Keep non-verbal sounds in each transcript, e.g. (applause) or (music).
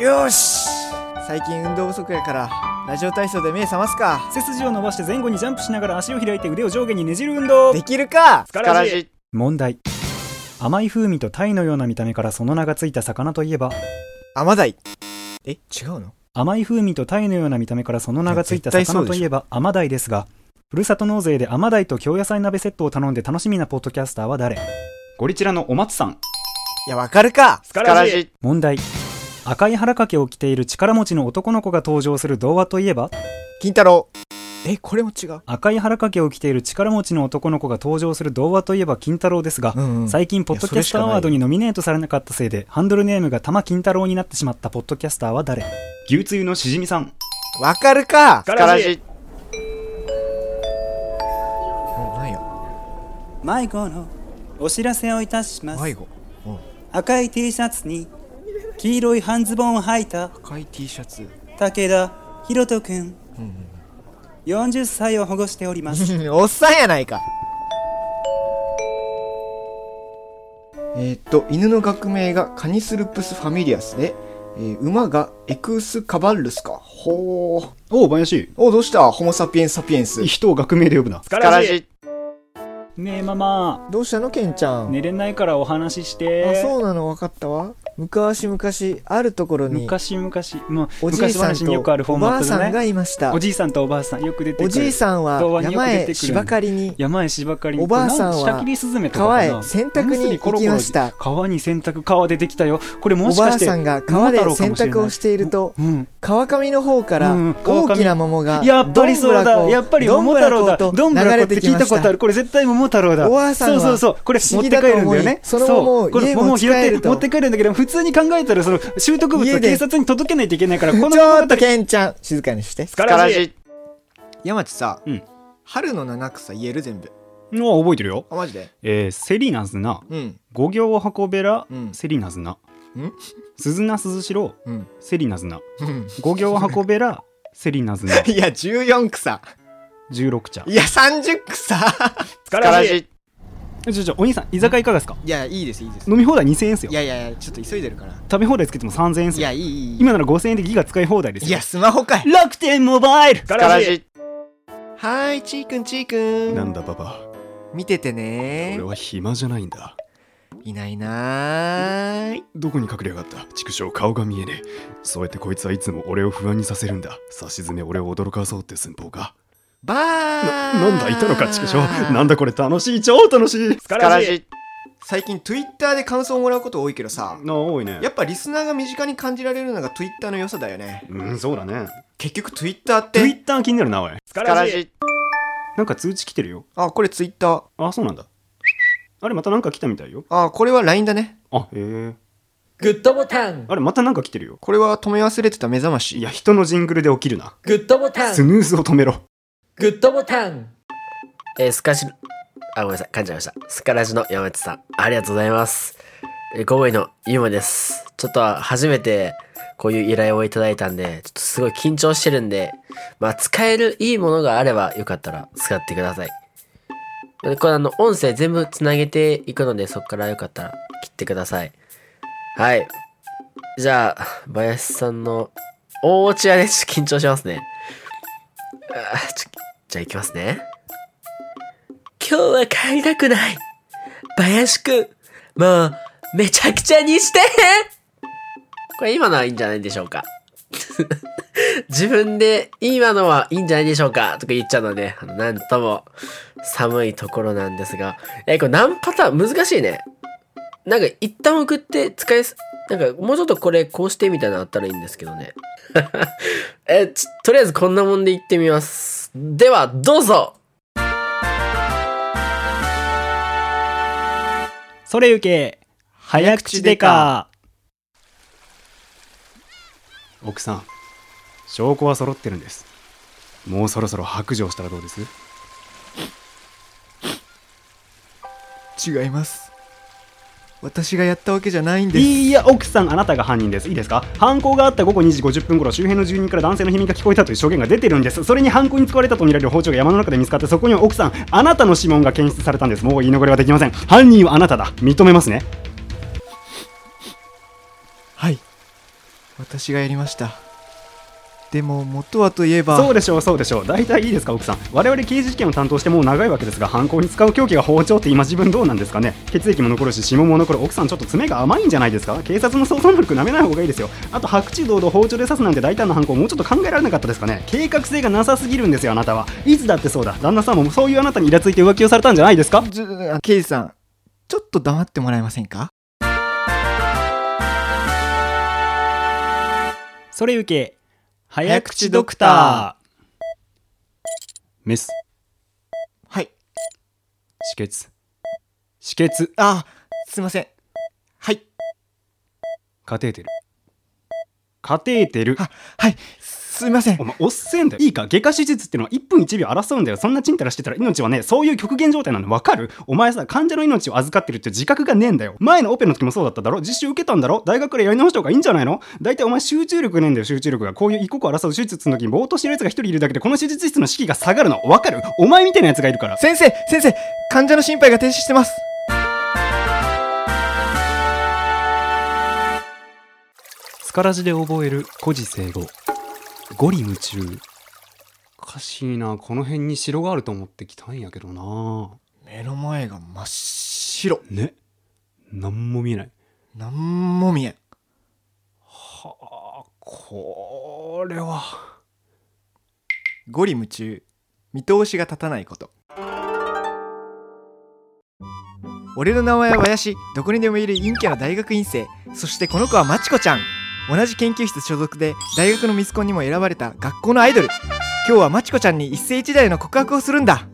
よし最近運動不足やからラジオ体操で目覚ますか背筋を伸ばして前後にジャンプしながら足を開いて腕を上下にねじる運動できるかスカラジ問題甘い風味とタイのような見た目からその名がついた魚といえばアマダイえ違うの甘い風味とタイのような見た目からその名がついた魚といえばアマダイですがふるさと納税でアマダイと京野菜鍋セットを頼んで楽しみなポッドキャスターは誰ゴリチラのお松さんいやわかるかスカラジ問題赤い腹掛けを着ている力持ちの男の子が登場する童話といえば金太郎えこれも違う赤い腹掛けを着ている力持ちの男の子が登場する童話といえば金太郎ですが、うんうん最近ポッドキャスターアワードにノミネートされなかったせいでハンドルネームが玉金太郎になってしまったポッドキャスターは誰牛つゆのしじみさんわかるかスカラジおないよ迷子のお知らせをいたしま迷子うん赤い T シャツに黄色い半ズボンを履いた赤い T シャツ武田博人くん、40歳を保護しておりまおっさんやないかえーっと犬の学名がカニスルプスファミリアスで、えー馬がエクスカバルスかほー (laughs) おお林おどうしたホモ・サピエンス・サピエンス人を学名で呼ぶなスカラジねえママどうしたのケンちゃん、寝れないからお話ししてあそうなの分かったわ昔々あるところに昔昔もうおじい昔さん話によくあるとフォおーマばッあトさだんがねいましたおじいさんとおばあさんよく出てくるおじいさん童は話によく山出てくへる芝刈りに山へ芝刈りにおばあさんは下切りスズメとか川かなへ洗濯に行きました川に洗濯川出てきたよこれもおしかばしあてさんが川で洗濯をしているとうん川上の方からうん川上大きな桃がやっぱりそうだどんぶらこやっぱり桃太郎だどどんんぶぶららここっ流れてっててき聞いましたたことあるこれ絶対桃太郎だおばあさんはそうそうそうこれ不持思っ議てだ帰と思いるんだよねその桃をそうこれ家へ持ち帰ると桃を拾って持って帰るんだけど普通に考えたらその習得物家はで警察に届けないといけないからこのち物ょっ語とケンちゃん静かにしてスカラジ山地さ、うん春の七草言える全部もう覚えてるよあマジでえーセリナズナうん五行箱べら、うんセリナズナん鈴名鈴代うんセリナズナ五行箱べらセリナズナ (laughs) いや14草十六茶いや30草疲れしいちょちょお兄さん居酒屋いかがですか、いやいいですいいです飲み放題2000円ですよいやいやいやちょっと急いでるから食べ放題つけても3000円でいすよやいいいい今なら5000円でギガ使い放題ですよいやスマホかい楽天モバイル疲はーいちーくんちーくんなんだパパ、見ててね俺は暇じゃないんだ。いないなーいどこに隠れやがった畜生顔が見えねえ。そうやってこいつはいつも俺を不安にさせるんだ。さしずめ俺を驚かそうって寸法か。バーなんだいたのか (laughs) 畜生。なんだこれ楽しい超楽しい。疲れしい最近 Twitter で感想をもらうこと多いけどさなあ多いねや。っぱリスナーが身近に感じられるのが Twitter の良さだよねうんそうだね。結局 Twitter って Twitter 気になるなおい。疲れしいなんか通知来てるよ。あこれ Twitter あそうなんだ。あれまたなんか来たみたいよ。あこれは LINE だねあへえ。グッドボタンあれまたなんか来てるよ。これは止め忘れてた目覚ましいや人のジングルで起きるな。グッドボタスンヌーズを止めろ。グッドボタンえースカシ、あ、ごめんなさい、噛んじゃいました。スカラジの山内さん、ありがとうございます。えー、ゴボイのユーモです。ちょっと初めてこういう依頼をいただいたんで、ちょっとすごい緊張してるんで、まあ、使えるいいものがあればよかったら使ってください。でこれあの、音声全部つなげていくので、そこからよかったら切ってください。はい。じゃあ、林さんの大落ちはね、ちょっと緊張しますね。あーちょじゃあ行きますね。今日は帰りたくない。林くん、もう、めちゃくちゃにしてこれ今のはいいんじゃないでしょうか。 (laughs) 自分で今のはいいんじゃないでしょうかとか言っちゃうのね、あのなんとも寒いところなんですが。え、これ何パターン難しいね。なんか一旦送って使いす、なんかもうちょっとこれこうしてみたいなのあったらいいんですけどね。 (laughs) え、ちとりあえずこんなもんでいってみます。では、どうぞそれゆけ早口でか奥さん証拠は揃ってるんですもうそろそろ白状したらどうです違います私がやったわけじゃないんですいいや奥さんあなたが犯人ですいいですか犯行があった午後2時50分頃周辺の住人から男性の悲鳴が聞こえたという証言が出てるんですそれに犯行に使われたとみられる包丁が山の中で見つかってそこには奥さんあなたの指紋が検出されたんですもう言い逃れはできません犯人はあなただ認めますねはい私がやりましたでも元はといえばそうでしょうそうでしょう大体いいですか奥さん我々刑事事件を担当してもう長いわけですが犯行に使う凶器が包丁って今自分どうなんですかね血液も残るし指紋も残る奥さんちょっと爪が甘いんじゃないですか警察の捜査能力なめない方がいいですよあと白昼堂々包丁で刺すなんて大胆な犯行もうちょっと考えられなかったですかね計画性がなさすぎるんですよあなたはいつだってそうだ旦那さんもそういうあなたにイラついて浮気をされたんじゃないですかずあ刑事さんちょっと黙ってもらえませんかそれ受け早口ドクターメスはい止血止血あすいませんはいカテーテルカテーテルあはいすいませんお前おっせんだよいいか外科手術ってのは1分1秒争うんだよそんなチンタラしてたら命はねそういう極限状態なの分かるお前さ患者の命を預かってるって自覚がねえんだよ前のオペの時もそうだっただろ実習受けたんだろ大学からやり直した方がいいんじゃないの大体お前集中力ねえんだよ集中力がこういう一刻を争う手術の時にぼーっとしてる奴が一人いるだけでこの手術室の士気が下がるの分かるお前みたいな奴がいるから先生先生患者の心配が停止してますスカラジで覚える古事成語。ゴリ夢中。おかしいなこの辺に城があると思ってきたんやけどな目の前が真っ白ねなんも見えないなんも見えんはあこれはゴリ夢中見通しが立たないこと俺の名前は林どこにでもいる陰キャの大学院生そしてこの子はまちこちゃん同じ研究室所属で大学のミスコンにも選ばれた学校のアイドル今日はまちこちゃんに一世一代の告白をするんだ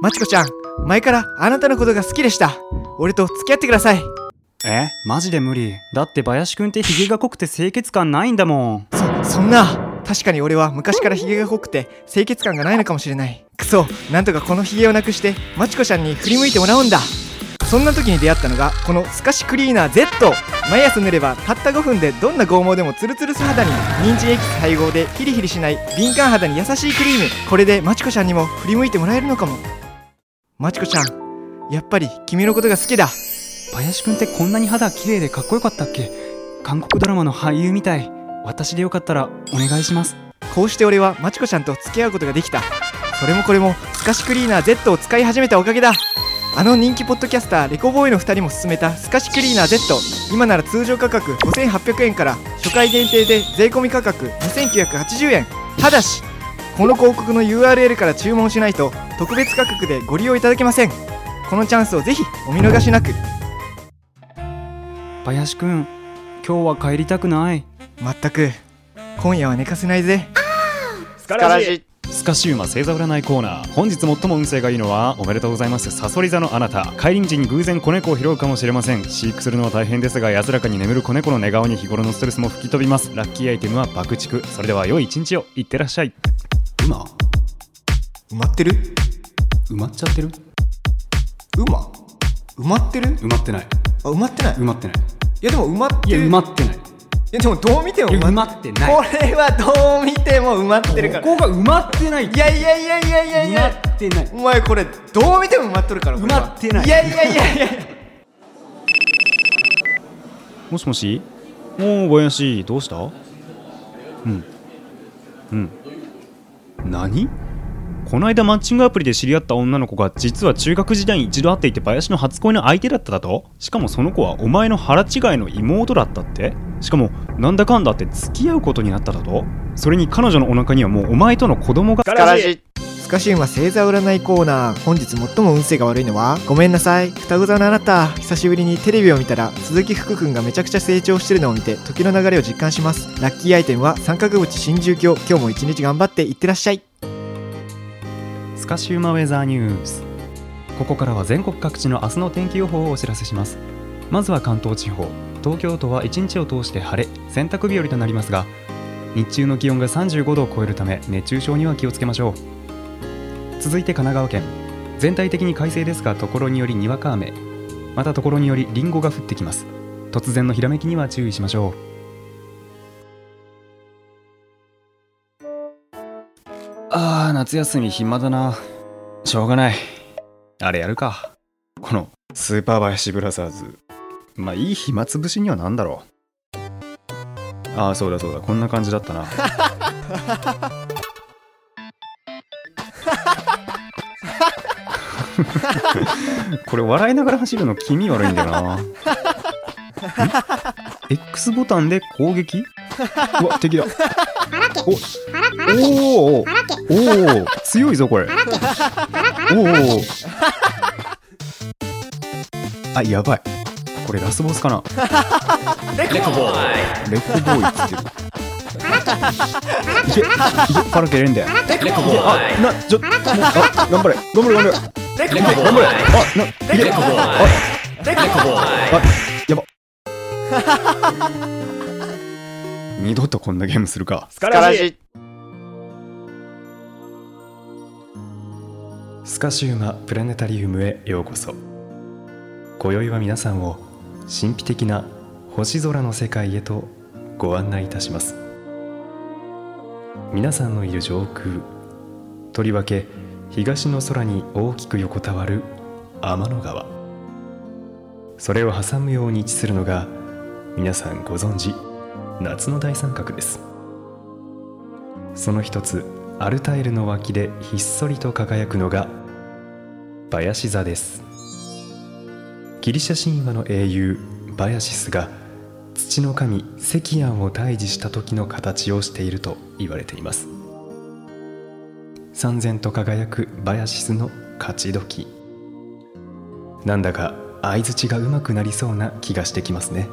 まちこちゃん前からあなたのことが好きでした俺と付き合ってくださいえマジで無理。だって林くんってヒゲが濃くて清潔感ないんだもん。そそんな確かに俺は昔からヒゲが濃くて清潔感がないのかもしれないクソなんとかこのヒゲをなくしてまちこちゃんに振り向いてもらうんだそんな時に出会ったのがこのスカシクリーナー Z 毎朝塗ればたった5分でどんな剛毛でもツルツル素肌に人参エキス配合でヒリヒリしない敏感肌に優しいクリームこれでまちこちゃんにも振り向いてもらえるのかもまちこちゃんやっぱり君のことが好きだ林くんってこんなに肌綺麗でかっこよかったっけ韓国ドラマの俳優みたい。私でよかったらお願いします。こうして俺はまちこちゃんと付き合うことができたそれもこれもスカシクリーナー Z を使い始めたおかげだあの人気ポッドキャスターレコボーイの2人も勧めたスカシクリーナー Z 今なら通常価格5800円から初回限定で税込み価格2980円ただしこの広告の URL から注文しないと特別価格でご利用いただけませんこのチャンスをぜひお見逃しなく林くん、今日は帰りたくない。まったく今夜は寝かせないぜスカラジスカシウマ星座占いコーナー本日最も運勢がいいのはおめでとうございますサソリ座のあなた帰り道に偶然子猫を拾うかもしれません飼育するのは大変ですが安らかに眠る子猫の寝顔に日頃のストレスも吹き飛びますラッキーアイテムは爆竹それでは良い一日をいってらっしゃい今埋まってる埋まっちゃってるうま埋まってる埋まってないあ埋まってない埋まってないいやでも埋まっていや埋まってないいやでもどう見てもいや埋埋ままっってないこれはどう見ても埋まってるからここが埋まってないいやいやいやいやいやい埋まやってないお前これどう見ても埋まっとるからこれは埋まってないいやいやいやいやもしもしおお林どうしたうんうん何この間マッチングアプリで知り合った女の子が実は中学時代に一度会っていて林の初恋の相手だっただとしかもその子はお前の腹違いの妹だったってしかもなんだかんだって付き合うことになっただとそれに彼女のお腹にはもうお前との子供がスカシウマ星座占いコーナー本日最も運勢が悪いのはごめんなさい双子座のあなた久しぶりにテレビを見たら鈴木福君がめちゃくちゃ成長してるのを見て時の流れを実感しますラッキーアイテムは三角縁真珠鏡今日も一日頑張っていってらっしゃいスカシウマウェザーニュースここからは全国各地の明日の天気予報をお知らせしますまずは関東地方東京都は一日を通して晴れ洗濯日和となりますが日中の気温が35度を超えるため熱中症には気をつけましょう続いて神奈川県全体的に快晴ですがところによりにわか雨またところによりリンゴが降ってきます突然のひらめきには注意しましょうあー夏休み暇だなしょうがないあれやるかこのスーパーバヤシブラザーズまあいい暇つぶしにはなんだろうああそうだそうだこんな感じだったなこれ笑いながら走るの気味悪いんだよなん X ボタンで攻撃うわ敵だおおおーおー強いぞこれおおーあやばいこれラスボスかなレッドボーイって言ってる。いけ、いけ、パラケれんだよ。あ、な、ちょ、なあ、頑張れ、頑張れ、頑張れ。頑張れ、あ、な、いけ、あ、あ、やば。二度とこんなゲームするか。スカラジスカシウマプラネタリウムへようこそ今宵は皆さんを神秘的な星空の世界へとご案内いたします皆さんのいる上空とりわけ東の空に大きく横たわる天の川それを挟むように位置するのが皆さんご存知夏の大三角ですその一つアルタイルの脇でひっそりと輝くのがバヤシ座ですギリシャ神話の英雄バヤシスが土の神石ヤンを退治した時の形をしていると言われています三千と輝くバヤシスの勝ち時なんだか相槌がうまくなりそうな気がしてきますね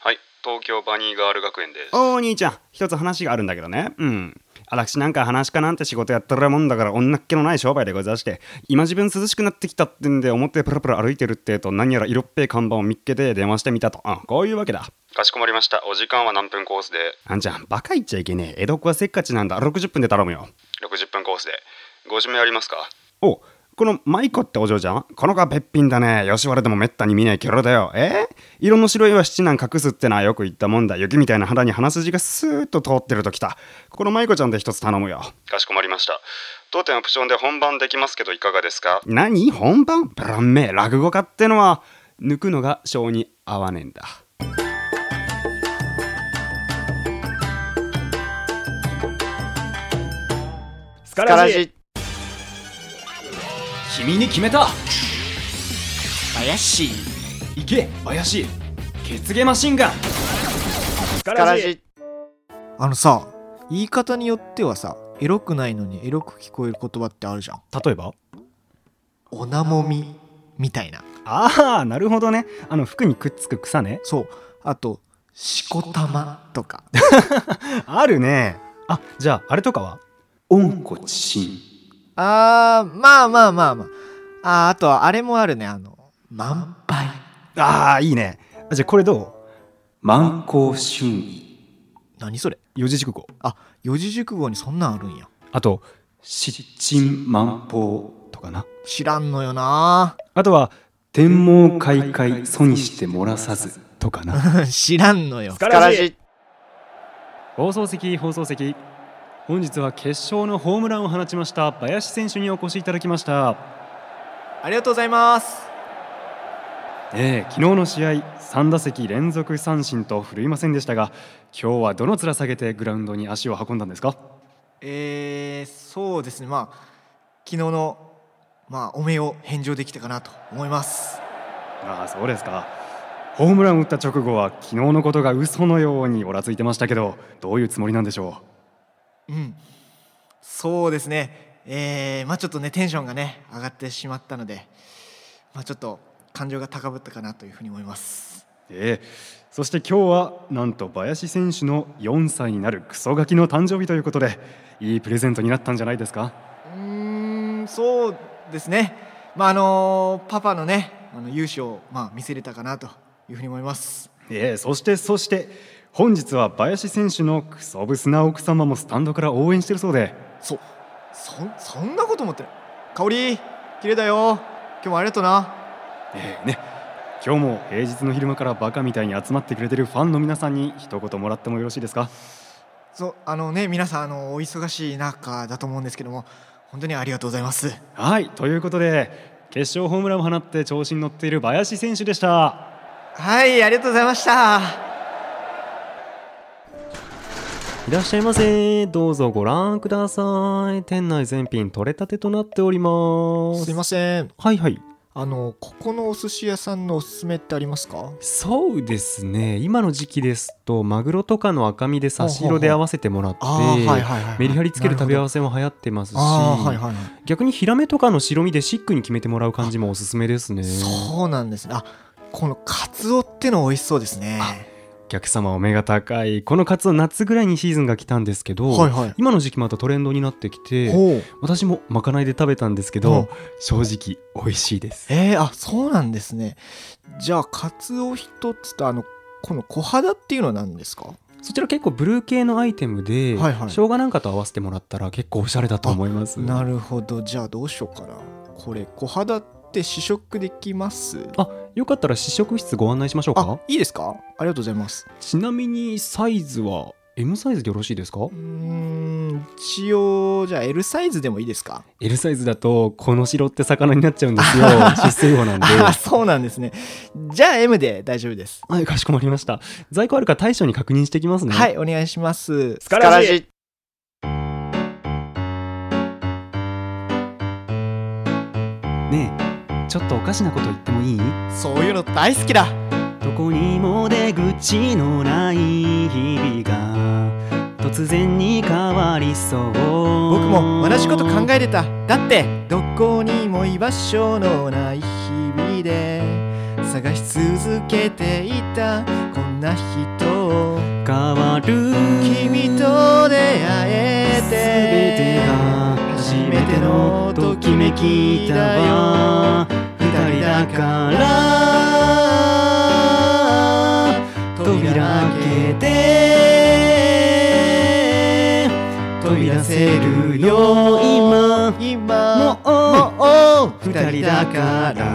はい、東京バニーガール学園です。おー兄ちゃん一つ話があるんだけどねうん私なんか話家なんて仕事やってるもんだから女っ気のない商売でござして今自分涼しくなってきたってんで表プラプラ歩いてるってえと何やら色っぺい看板を見っけて電話してみたと、うん、こういうわけだかしこまりました。お時間は何分コースであんちゃんバカ言っちゃいけねえ江戸っ子はせっかちなんだ60分で頼むよ ?60 分コースで。ご指名ありますかおこの舞子ってお嬢ちゃんこの子はべっぴんだね吉原でもめったに見ねえキャラだよえー、色の白いは七難隠すってのはよく言ったもんだ雪みたいな肌に鼻筋がスーッと通ってるときたこの舞子ちゃんで一つ頼むよかしこまりました。当店オプションで本番できますけどいかがですか何本番ブランメ落語家ってのは抜くのが性に合わねえんだスカラジ君に決めた林行け林血芸マシンガンスカラジあのさ言い方によってはさエロくないのにエロく聞こえる言葉ってあるじゃん例えばおなもみみたいなああなるほどねあの服にくっつく草ねそうあとしこたまとかあるねあじゃああれとかは温故知新あーまあまあまあまああーあとはあれもあるねあの満杯ああいいねあじゃあこれど満行春意何それう四字熟語あ四字熟語にそんなんあるんやあと失沈満法とかな知らんのよな (laughs) あとは天網開会祖にして漏らさずとかな知らんのよカラジ放送席放送席本日は決勝のホームランを放ちました林選手にお越しいただきましたありがとうございますええ昨日の試合3打席連続三振と振るいませんでしたが今日はどの面下げてグラウンドに足を運んだんですかえー、そうですねまあ昨日のまあおめを返上できたかなと思いますああそうですかホームランを打った直後は昨日のことが嘘のようにおらついてましたけどどういうつもりなんでしょうんそうですねえー、まあちょっとねテンションがね上がってしまったのでまあちょっと感情が高ぶったかなというふうに思いますうええそして今日はなんと林選手の4歳になるクソガキの誕生日ということでいいプレゼントになったんじゃないですかうーんそうですねまああのパパのねあの勇姿をまあ見せれたかなというふうに思いますええそしてそして本日は林選手のクソブスな奥様もスタンドから応援してるそうでそそそんなこと思ってる香り綺麗だよ今日もありがとうなええね今日も平日の昼間からバカみたいに集まってくれてるファンの皆さんに一言もらってもよろしいですかそうあのね皆さんあのお忙しい中だと思うんですけども本当にありがとうございますはいということで決勝ホームランを放って調子に乗っている林選手でしたはいありがとうございましたいらっしゃいませどうぞご覧ください店内全品取れたてとなっておりますすいませんはいはいあのここのお寿司屋さんのおすすめってありますかそうですね今の時期ですとマグロとかの赤身で差し色で合わせてもらってはいはメリハリつける食べ合わわせも流行ってますし、ああはいはいはい逆にヒラメとかの白身でシックに決めてもらう感じもおすすめですねそうなんですねあこのカツオっての美味しそうですねお客様お目が高いこのカツオ夏ぐらいにシーズンが来たんですけど、はいはい今の時期またトレンドになってきてほう私もまかないで食べたんですけうどん正直美味しいですえー、あそうなんですねじゃあカツオ一つとあのこの小肌っていうのは何ですかそちら結構ブルー系のアイテムで、はいはい生姜なんかと合わせてもらったら結構おしゃれだと思いますなるほどじゃあどうしようかなこれ小肌って試食できますあよかったら試食室ご案内しましょうあかいいですかありがとうございますちなみにサイズは M サイズでよろしいですかうーん一応じゃあ L サイズでもいいですか L サイズだとこの白って魚になっちゃうんです (laughs) よ出世魚なんであそうなんですねじゃあ M で大丈夫ですはいかしこまりました在庫あるか大将に確認してきますねはいお願いしますスカラジねえちょっとおかしなこと言ってもいいそういうの大好きだどこにも出口のない日々が突然に変わりそう僕僕も同じこと考えてただってどこにも居場所のない日々で探し続けていたこんな人を変わる君と出会えて全てが初めてのときめきだわ二人だから扉開けて飛び出せるよ今今もうもう二二人人だだかから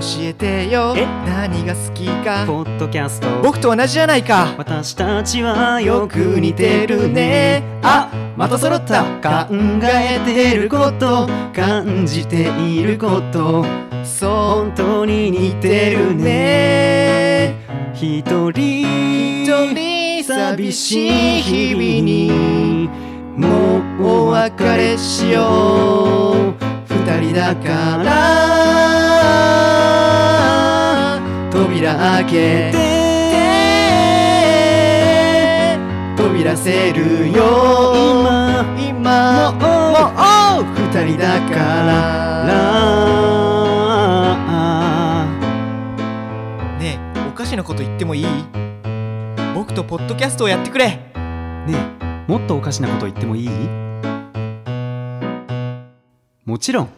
教えてよえ何が好きかポッドキャスト僕と同じじゃないか私たちはよよくく似似ててるるねねああままたた揃揃っったた考考ええててるるこことと感じていることそう本当に似似ててるるねね一人一人寂寂ししいい日日々々ににもうおお別別れれししよようう二二人人だだかからら扉開けて飛び出せるよ今今もう二人だからねえおかしなこと言ってもいい僕とポッドキャストをやってくれねえもっとおかしなこと言ってもいいもちろん